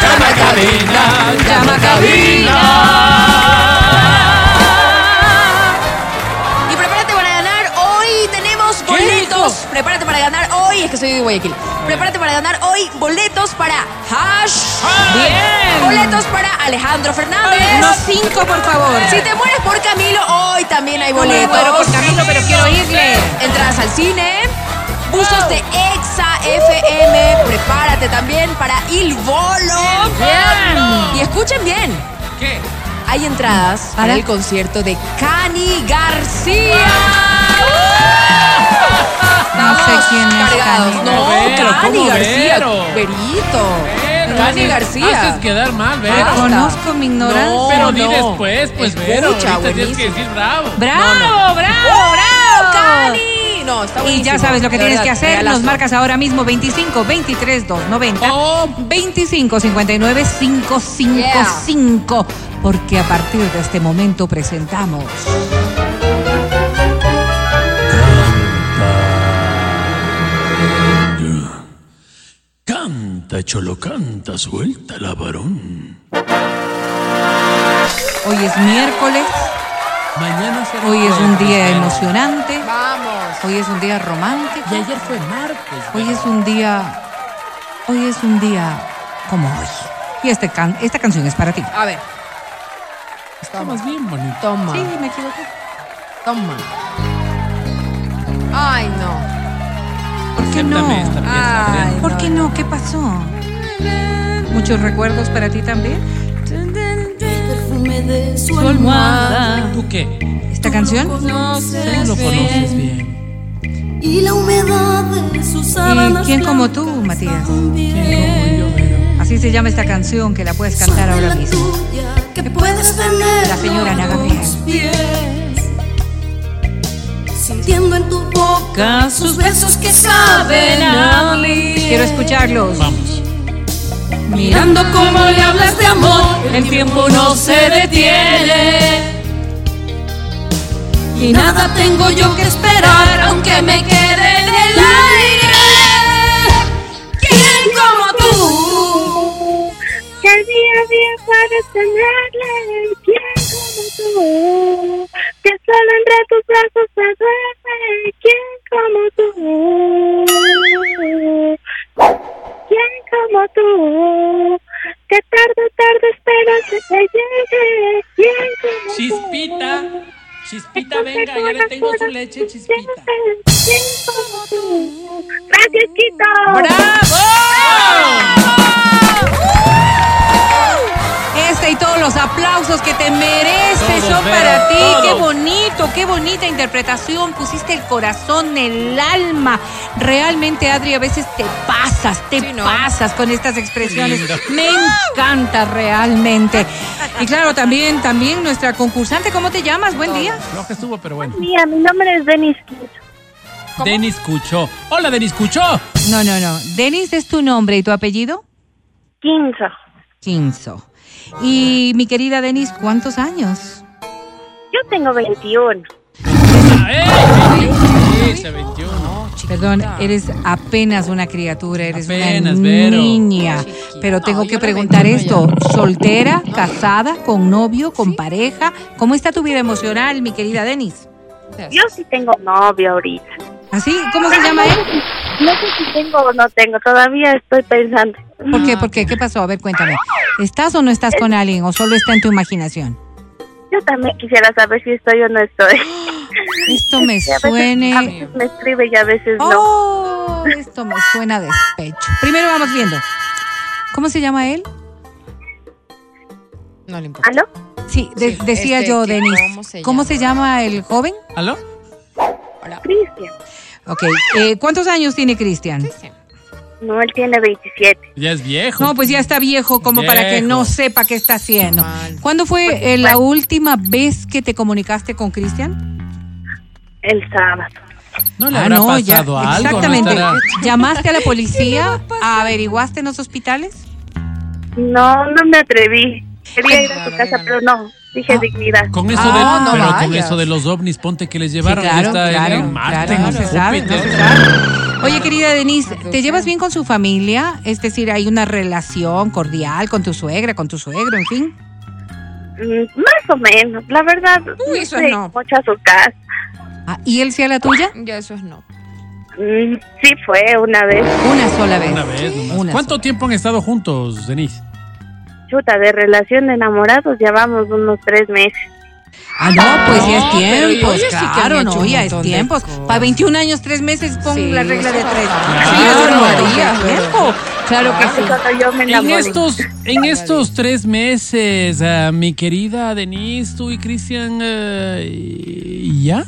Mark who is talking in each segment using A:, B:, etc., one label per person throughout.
A: Llama a cabina, llama a cabina.
B: Y prepárate para ganar hoy. Tenemos boletos. Prepárate para ganar hoy. Es que soy de Guayaquil. Prepárate para ganar hoy boletos para Hash.
C: Bien.
B: Boletos para Alejandro Fernández.
C: Unos cinco, por favor.
B: Si te mueres por Camilo, hoy también hay
C: No me
B: boletos.
C: muero por Camilo, pero quiero irle.
B: Entradas al cine. Buzos de Exa FM. Prepárate también para Il Volo.
C: Bien.
B: Y escuchen bien.
A: ¿Qué?
B: Hay entradas para
C: Para.
B: el concierto de Cani García.
C: No sé quién es
B: Ah, Cargados.
C: Cani.
B: No,
A: Vero,
B: Cani
A: ¿cómo
B: García.
A: Vero?
B: Berito.
A: Vero,
B: Eh, Cani García.
A: Haces quedar mal, Vero.
B: Basta.
C: Reconozco mi ignorancia.
B: No,
A: Pero di
B: no.
A: después, pues Vero.
B: Escucha,
A: Ahorita tienes que
B: buenísimo.
A: decir bravo.
C: ¡Bravo, bravo,
B: ¡Bravo,
C: bravo!
B: Cani! No, está
C: Oh, Y
B: buenísimo.
C: ya sabes lo que
B: De
C: tienes
B: verdad,
C: que hacer.
B: regalazo.
C: Nos marcas ahora mismo 25 23 290
A: Oh.
C: 25 59 555. Porque a partir de este momento presentamos.
D: Canta, cholo, canta, suelta la varón.
C: Hoy es miércoles,
A: Mañana será
C: hoy es un día
A: jueves.
C: emocionante,
B: Vamos.
C: hoy es un día romántico,
A: Y ayer fue martes.
C: hoy es un día. Hoy es un día como hoy. Y este can- esta canción es para ti.
A: Ah.
B: A ver,
A: Estamos bien bonito.
B: toma.
C: me equivoqué.
B: Toma. Ay, no.
C: ¿Por qué no?
A: Acéptame esta fiesta,
B: Ah. Ay.
A: Adriana.
C: ¿Por qué no? ¿Qué pasó? ¿Muchos recuerdos para ti también?
E: perfume de su
F: almohada.
A: ¿Tú qué?
C: ¿Esta canción?
A: Tú lo conoces bien.
E: y la humedad de sus sábanas.
C: quién como tú, Matías?
A: Como yo, Vero.
C: Así se llama esta canción que la puedes cantar ahora mismo.
E: que puedes tener
C: La señora Ana
E: los
C: Gabriel.
E: pies, Sintiendo en tu boca
F: Casos
E: sus besos que saben a mí.
C: Quiero escucharlos.
A: Vamos.
E: Mirando cómo le hablas de amor,
F: El tiempo no se detiene.
E: Y nada tengo yo que esperar, aunque me quede en el aire. ¿Quién como tú?
G: Que el día a día para tenerle el quien como tú, que solo entre tus brazos se duerme quien como tú, quien como tú, que tarde, tarde esperas que te llegue quien como
A: Chispita.
G: tú.
A: Chispita, venga, ya le tengo su leche, chispita.
G: ¿Quién como tú? Gracias, Quito.
C: Esta Este y todos los aplausos que te mereces
A: Todos,
C: son
A: Vero,
C: para ti.
A: todos.
C: Qué bonito, qué bonita interpretación. Pusiste el corazón, el alma. Realmente, Adri, a veces te pasas, te
B: Sí, ¿no?
C: pasas con estas expresiones.
A: Linda.
C: Me encanta realmente. Y claro, también, también nuestra concursante, ¿cómo te llamas? Buen día.
A: Floja estuvo, pero bueno.
G: Mía, mi nombre es Denis Quito.
A: Denis Cucho. Hola, Denis Cucho.
C: No, no, no. Denis es tu nombre y tu apellido?
G: 15.
C: Quinzo. Y mi querida Denis, ¿cuántos años?
G: Yo tengo 21.
A: ¡Ey! 15, 21.
C: Perdón, eres apenas una criatura, eres
A: Apenas,
C: una
A: Vero.
C: niña. Pero tengo que preguntar esto, ¿soltera, casada, con novio, con pareja? ¿Cómo está tu vida emocional, mi querida Denis?
G: Yo sí tengo novio ahorita.
C: ¿Así? ¿Cómo se llama él?
G: No sé si tengo o no tengo, todavía estoy pensando.
C: ¿Por qué? ¿Por qué? ¿Qué pasó? A ver, cuéntame. ¿Estás o no estás con alguien o solo está en tu imaginación?
G: Yo también quisiera saber si estoy o no estoy.
C: Esto me
G: Y a veces- a
C: suene...
G: veces me escribe y a veces no.
C: ¡Oh! Esto me suena a despecho. Primero vamos viendo. ¿Cómo se llama él?
B: No le importa.
G: ¿Aló?
C: Sí, de-
B: Sí,
C: decía
B: este,
C: yo,
B: que
C: Denis.
B: cómo se
C: ¿Cómo
B: llama.
C: se llama el joven?
A: ¿Aló?
G: Cristian.
C: Ok. eh, ¿Cuántos años tiene Cristian?
G: No, él tiene 27.
A: Ya es viejo.
C: No, pues ya está viejo, como para que
A: Viejo.
C: no sepa qué está haciendo.
B: Mal.
C: ¿Cuándo fue eh, la última vez que te comunicaste con Cristian? Ah,
G: El sábado.
C: pues,
A: No le habrá pasado algo. ¿no
C: exactamente.
A: estará?
C: ¿Llamaste a la policía? ¿Averiguaste en los hospitales?
G: No, no me atreví. Quería ir a su casa, pero no. Dije dignidad.
D: Con eso,
C: Ah,
D: de,
C: no
D: pero con
C: vayas.
D: eso de los ovnis, ponte que les llevaron.
C: Sí, claro,
D: está en
C: claro,
D: Marte,
C: claro,
D: en
C: no se sabe, no
D: Júpiter.
C: se sabe. Oye, querida Denise, ¿te llevas bien con su familia? Es decir, ¿hay una relación cordial con tu suegra, con tu suegro, en fin?
G: Mm, Más o menos, la verdad.
B: Uy, eso
G: sé
B: no.
G: Mucho a su casa.
C: Ah, ¿Y él sea la tuya?
E: Ya eso es no.
G: Mm, Sí fue una vez,
C: Una sola vez.
D: Una vez nomás.
C: Una
D: ¿Cuánto
C: sola.
D: tiempo han estado juntos, Denise?
G: chuta, de relación de enamorados llevamos unos tres meses.
C: Ah, no, pues ya
A: No,
C: es
A: pero
C: tiempo,
A: ellos sí que han
C: claro,
E: hecho
C: no,
E: un
C: ya es
E: montón de
C: tiempo.
E: cosas.
C: Para 21 años, 3 meses, pon
E: Sí,
C: la regla de
E: eso
C: 3.
E: pasa.
D: Claro.
C: tiempo. Claro que
G: Así
C: sí.
G: cuando yo me
D: En
G: enamoré.
D: estos, en estos tres meses, ah, mi querida Denise, tú y Cristian, eh, ¿y ¿ya?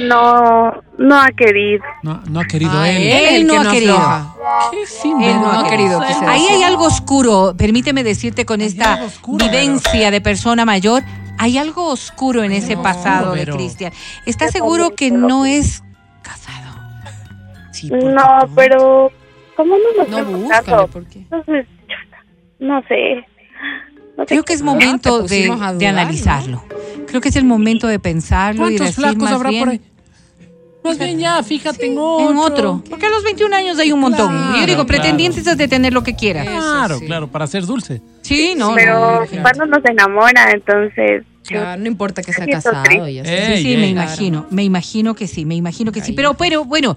G: No, no ha querido.
D: No, no ha querido él.
C: Ah, él.
E: el
C: no
E: que
C: ha
E: nos
C: querido.
E: loja.
D: ¿Qué sin-
C: Él no
E: No
C: ha querido.
E: quise
C: Ahí
E: decir.
C: hay algo oscuro, permíteme decirte con esta
D: algo oscuro,
C: vivencia de persona mayor, hay algo oscuro en ese pasado de
D: pero-
C: Cristian. ¿Estás seguro que no es casado?
A: Sí, porque
G: No,
A: no.
G: pero como no nos
E: No
G: hemos
E: búscale,
G: casado,
E: porque.
G: entonces, chuta, no sé. No sé
C: Creo que es
G: qué-
C: momento
E: te
C: de,
E: pusimos a
C: de
E: dudar, ¿no?
C: analizarlo. Creo que es el momento de pensarlo y
D: ¿Cuántos
C: decir
D: flacos
C: más
D: habrá
C: bien
D: por ahí? Más bien ya, fíjate en otro.
C: en otro. Porque a los 21 años hay un montón. Yo digo,
D: Claro,
C: pretendientes es de tener lo que quieras.
D: Claro,
E: sí.
D: claro, para ser dulce.
C: Sí, no. no,
G: Pero
C: no, no.
G: cuando nos enamora, entonces,
E: Ya, no importa que sea
G: Siento
E: casado
G: triste.
E: y así.
D: Eh.
C: Sí,
D: Ey,
C: sí, me
D: ey.
C: imagino, me imagino que sí, me imagino que sí.
E: Ahí.
C: Pero, pero bueno,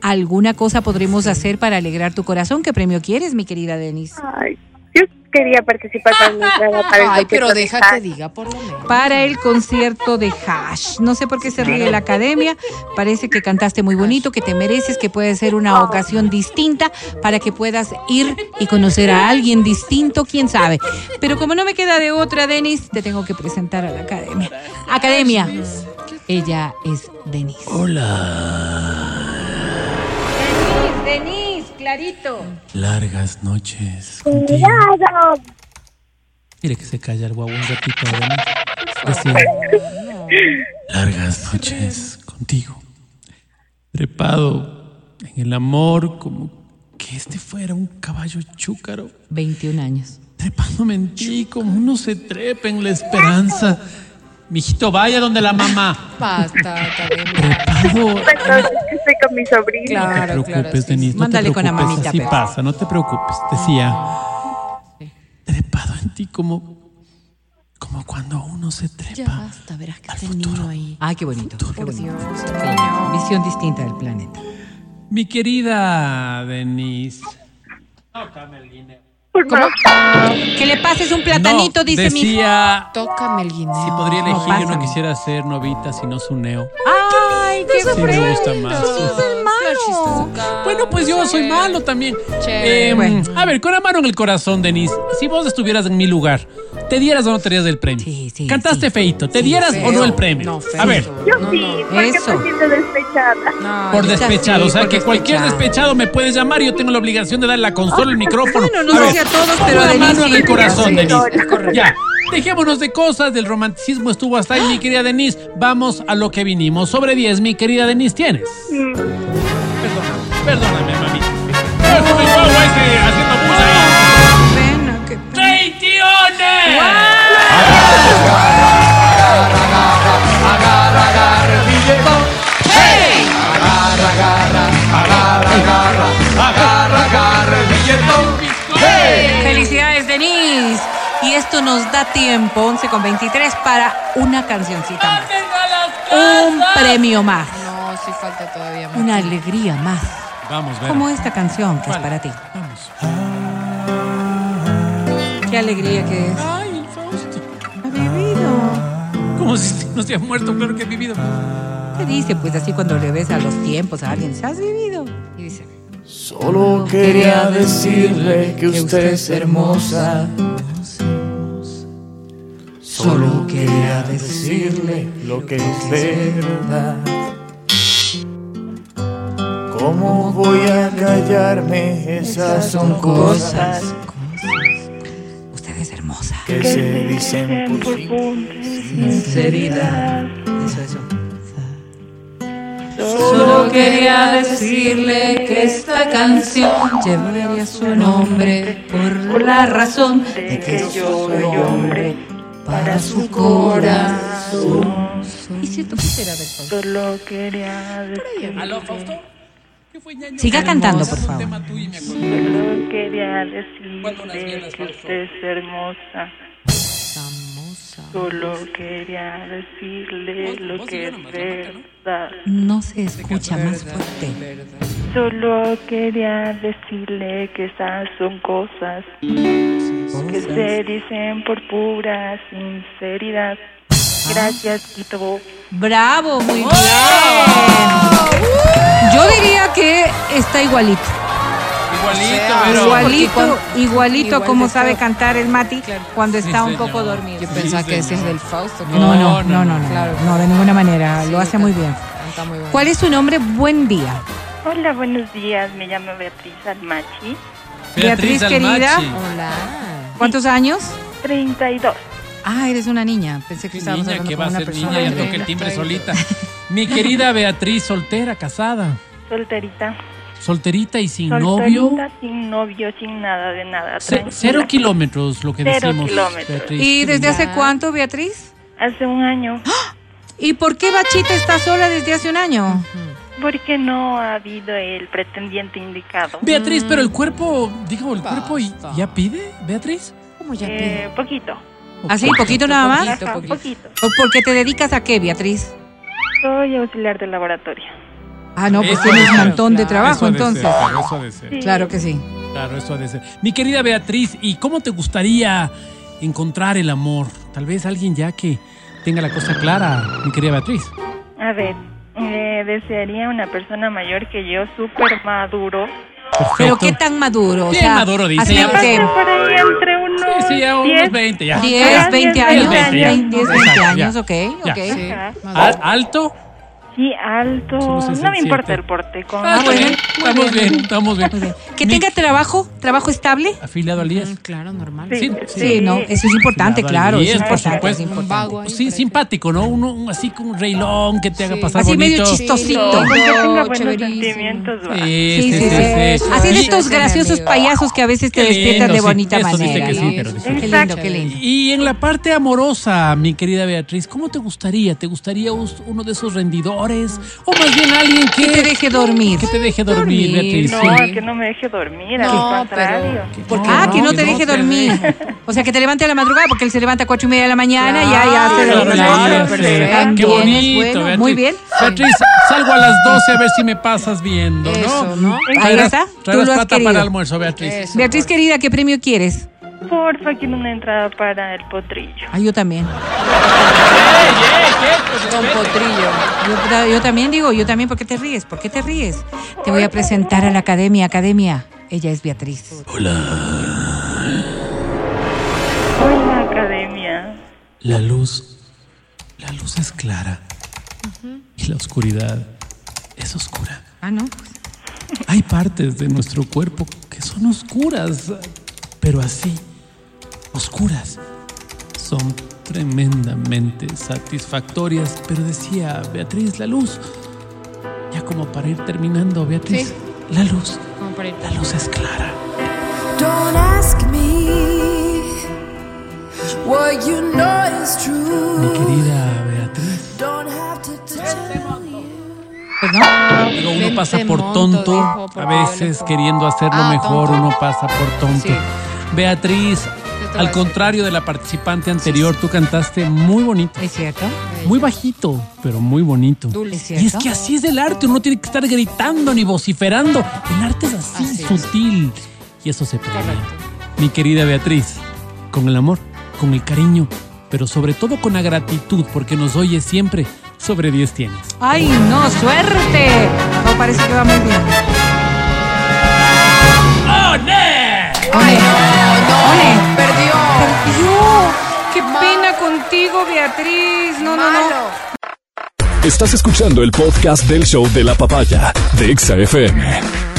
C: alguna cosa podremos hacer para alegrar tu corazón. ¿Qué premio quieres, mi querida Denise?
G: ay, yo quería participar con mi prueba para el
E: Ay, pero
G: concurso de
E: deja
G: salsa.
E: que diga por lo menos.
C: Para el concierto de Hash. No sé por qué se ríe la academia. Parece que cantaste muy bonito, que te mereces, que puede ser una ocasión distinta para que puedas ir y conocer a alguien distinto, quién sabe. Pero como no me queda de otra, Denise, te tengo que presentar a la academia. Academia. Ella es Denise. Denise, clarito.
D: Largas noches contigo.
G: Cuidado,
D: Mire que se calla el guau un ratito. Denise. Recién. Largas noches contigo. Trepado en el amor como que este fuera un caballo chúcaro.
C: 21 años.
D: Trepándome en ti como uno se trepa en la esperanza. Mijito, vaya donde la mamá.
E: Basta, academia.
D: Trepado
G: perdón, es que estoy con mi sobrino.
E: Claro.
D: No te preocupes,
E: claro, sí,
D: Denise.
C: sí.
D: No
C: Mándale
D: te
C: con la
D: preocupes,
C: mamita,
D: Así
C: Pepe. Ah,
D: pasa, no te preocupes. Decía, trepado en ti como, como cuando uno se
E: Ya
D: trepa.
E: basta, verás que está el niño ahí.
C: Ah, qué bonito. Qué
E: Por
C: bonito.
E: Dios,
C: Qué bonito. Visión distinta del planeta.
D: Mi querida Denise.
G: Por favor,
C: Que le pases un
D: No,
C: platanito, dice mi.
D: decía,
E: tócame el guineo.
D: si podría elegir, yo no
C: pásame.
D: quisiera ser novita, sino su neo.
C: Ay, qué
D: Sí, me gusta más. Bueno, pues yo soy malo también.
E: Chévere.
D: Em,
C: Bueno.
D: A ver, con la mano en el corazón, Denise, si vos estuvieras en mi lugar, ¿te dieras o no te dieras el premio?
C: Sí, sí,
D: Cantaste
C: sí.
D: feito, ¿te
C: Sí,
D: dieras o no el premio?
E: No, feo.
D: a ver,
G: yo
E: No,
G: sí,
E: no.
G: porque
C: Eso.
G: me siento despechada.
E: No,
D: Por
E: yo ya
D: despechado,
E: sí,
D: o sea
E: por
D: que cualquier despechado me puede llamar y yo tengo la obligación de darle la consola, el micrófono.
C: Ah, Bueno,
D: A
C: no sé
D: ver,
C: si a todos, pero a
D: una
C: Denise.
D: mano en
C: sí.
D: el corazón,
G: sí,
D: Denise.
G: es correcto.
D: Ya, dejémonos de cosas, del romanticismo estuvo hasta ahí, mi querida Denise. Vamos a lo que vinimos. Sobre 10, mi querida Denise, tienes.
C: Mm.
D: Perdóname, perdóname, mami. Yo estuve guau, ese, haciendo bulla
C: Bueno, qué pena.
D: ahí. ¡Traiciones!
C: Felicidades, Denise. Y esto nos da tiempo, 11 con 23, para una cancioncita más. Un premio más.
E: No, sí falta todavía más.
C: Una alegría más.
D: Vamos, Vera.
C: Como esta canción que es
D: ¿Cuál?
C: para ti.
D: Vamos.
C: Qué alegría que es.
D: Ay, Fausto. Como si no se ha muerto, claro que he vivido.
C: ¿Qué dice? Pues así cuando le ves a los tiempos a alguien, ¿has vivido? Y dice,
F: Solo quería decirle que usted es hermosa. Solo quería decirle lo que es verdad. ¿Cómo voy a callarme? Esas son cosas
C: usted es hermosa.
F: que se dicen por
C: Sinceridad. Eso, eso.
E: Solo quería decirle que esta canción llevaría su nombre por la razón
F: que yo soy hombre
E: para su
B: "Ah,
E: corazón.
C: ¿Y si tú quisieras ver Fausto?
F: Solo quería decirle,
D: ¿Aló, Fausto? ¿Qué fue, ñaño?
C: Siga cantando, por
D: Es un
C: favor.
D: tema tuyo y me acordé.
F: solo quería
D: Cuando las
F: decirle
D: vieras,
F: que
D: Fausto.
F: usted es hermosa. Solo quería decirle
D: Vos-
F: lo
D: vos
F: que
D: y yo
F: es
D: nomás, la marca, ¿no?
F: verdad.
C: No se escucha más fuerte.
F: Solo quería decirle que esas son cosas que se dicen por pura sinceridad. Gracias, Quito.
C: Bravo, muy bien.
B: ¡Oh! ¡Uh!
C: Yo diría que está igualito.
D: Igualito,
B: Ah,
D: pero.
C: Igualito,
B: cuando-
C: igualito
B: igual
C: como
B: de
C: sabe
B: todo.
C: cantar el Mati cuando
D: Sí,
C: está un
D: señor.
C: poco dormido.
B: Yo pensaba
D: Sí,
B: que decías
D: señor.
B: del Fausto.
C: No, no, no, no, no,
B: Claro.
C: no, de ninguna manera. Lo
B: Sí,
C: hace muy bien.
B: Canta muy bueno.
C: ¿Cuál es su nombre? Buen día.
F: Hola, buenos días. Me llamo Beatriz Almachi,
C: Beatriz, querida.
D: Almachi.
B: Hola.
C: ¿Cuántos años?
F: 32.
B: Ah, eres una niña. Pensé que
D: Qué
B: estábamos
D: niña
B: hablando
D: que
B: con
D: va a
B: una
D: ser
B: persona.
D: niña, ya
B: de
D: toca el timbre
B: 30.
D: solita. Mi querida Beatriz, soltera, casada,
F: Solterita.
D: solterita y sin
F: Solterita,
D: novio.
F: sin novio, sin nada de nada.
D: Ce-
F: tranquila.
D: cero kilómetros, lo que
F: Cero
D: decimos.
F: kilómetros.
D: Beatriz,
C: ¿Y
D: querida.
C: desde hace cuánto, Beatriz?
F: Hace un año.
C: ¿Y por qué Bachita está sola desde hace un año?
F: Porque no ha habido el pretendiente indicado.
D: Beatriz, pero el
C: Mm.
D: cuerpo, digo, el cuerpo y- ya pide, Beatriz.
B: ¿Cómo ya
F: Eh, poquito.
C: ¿Así, poquito nada más?
B: Poquito,
F: Ajá,
B: poquito.
F: poquito.
C: ¿O ¿Porque te dedicas a qué, Beatriz?
F: Soy auxiliar de laboratorio.
C: Ah, no, pues
D: Eso
C: tienes un
D: es.
C: montón de
B: Claro.
C: trabajo entonces.
D: eso ha de ser.
F: Sí.
C: Claro que sí.
D: Claro, eso ha de ser. Mi querida Beatriz, ¿y cómo te gustaría encontrar el amor? Tal vez alguien ya que tenga la cosa clara, mi querida Beatriz.
F: A ver, eh, desearía una persona mayor que yo, súper maduro.
C: Pero
D: Perfecto.
C: qué tan maduro. O
D: Bien
C: sea,
D: maduro, dice.
C: así
D: Ya
C: que-
F: Pasa por ahí entre unos
D: Sí, sí, ya unos
F: 10.
D: 20, ya.
C: 10, 20
F: 10,
C: años.
D: 20, ya.
C: 10, 20
D: Exacto, ya.
C: años, ok,
D: Ya.
C: ok.
B: Sí.
F: Ajá.
D: Al- alto.
F: Sí, alto.
D: Somos el
F: No me importa
D: 67.
F: el porte. Con...
D: Ah,
C: bueno,
D: bien, estamos bien, estamos bien.
C: Muy bien. Que
D: Mi-
C: tenga trabajo, trabajo estable.
D: afiliado al IES.
B: Mm, Claro, normal.
D: Sí,
C: Sí, no, eso es importante,
D: Afiliado al
C: claro,
D: IES,
C: es
D: por
C: importante, es
D: supuesto.
C: importante.
B: Vago ahí,
D: Sí,
B: parece.
D: simpático, ¿no? Uno un- así como un reilón que te haga pasar
C: Así
D: bonito.
C: medio chistosito.
F: Con que tenga buenos
B: chéverísimo.
F: sentimientos. va.
D: Sí,
C: Sí, sí, sí. Así de
D: Y-
C: estos
B: Ese es mi
C: graciosos
B: amigo.
C: payasos que a veces te
D: Qué
C: despiertan
D: lindo,
C: de
D: sí,
C: bonita
D: eso dice
C: manera.
D: que sí,
C: ¿no?
D: pero dice
C: Qué
F: que sí.
C: lindo, qué lindo.
D: Y en la parte amorosa, mi querida Beatriz, ¿cómo te gustaría? ¿Te gustaría us- uno de esos rendidores? O más bien alguien que,
C: Que te deje dormir.
D: que te deje dormir,
B: Dormir,
D: Beatriz.
F: No,
D: sí.
F: que no me deje dormir,
B: No,
F: al contrario.
D: ¿Por qué
C: Ah, que no
D: Que
C: te deje dormir. O sea, que te levante a la madrugada porque él se levanta a cuatro y media de la mañana y
B: Claro,
C: ya, ya se
B: claro,
C: duerme.
B: claro,
D: perfecto.
C: También
D: Qué
C: es
D: bonito,
C: bueno.
D: Beatriz.
C: Muy bien.
D: Beatriz, salgo a las 12 a ver si me pasas viendo, ¿no?
B: Eso, ¿no?
C: Ahí
D: Traerás-
C: está. Tú
D: traerás
C: lo has
D: plata para el
C: querido.
D: almuerzo, Beatriz.
B: Eso,
C: Beatriz, querida, ¿qué premio quieres?
F: Porfa, quiero una entrada para el potrillo.
C: Ah, yo también.
B: Don Potrillo.
C: Yo, yo también digo, yo también, ¿por qué te ríes? ¿Por qué te ríes? Te voy a presentar a la academia, academia. Ella es Beatriz.
F: Hola, academia.
D: La luz, la luz es clara y la oscuridad es oscura.
C: Ah, ¿no?
D: Hay partes de nuestro cuerpo que son oscuras, pero así, oscuras. Son tremendamente satisfactorias, pero decía Beatriz, la luz. Ya como para ir terminando, Beatriz, la luz, la luz es clara.
E: Don't ask me what you know is true.
D: Mi querida Beatriz.
E: Don't have to tell you.
C: Pues no.
D: Digo, uno
B: Vente
D: pasa por
B: monto,
D: tonto,
B: dijo, por
D: a veces
B: favor.
D: queriendo hacerlo
B: Ah,
D: mejor,
B: tonto.
D: uno pasa por tonto.
B: Sí.
D: Beatriz,
B: voy a
D: al
B: decir.
D: contrario de la participante anterior, tú cantaste muy bonito,
C: Es cierto.
D: muy bajito, pero muy bonito.
C: Dulce,
D: Y es
C: ¿cierto?
D: que así es el arte, uno no tiene que estar gritando ni vociferando. El arte es así,
B: Así es.
D: sutil. Y eso se premia.
B: Correcto.
D: Mi querida Beatriz, con el amor, con el cariño, pero sobre todo con la gratitud, porque nos oye siempre sobre 10 tienes.
C: Ay, no, suerte. No, parece que va muy bien.
B: Ay, no,
C: Ole.
B: no. Perdió.
C: Yo, qué pena contigo, Beatriz. No, no, no.
B: Malo.
H: Estás escuchando el podcast del show de la papaya de Exa FM.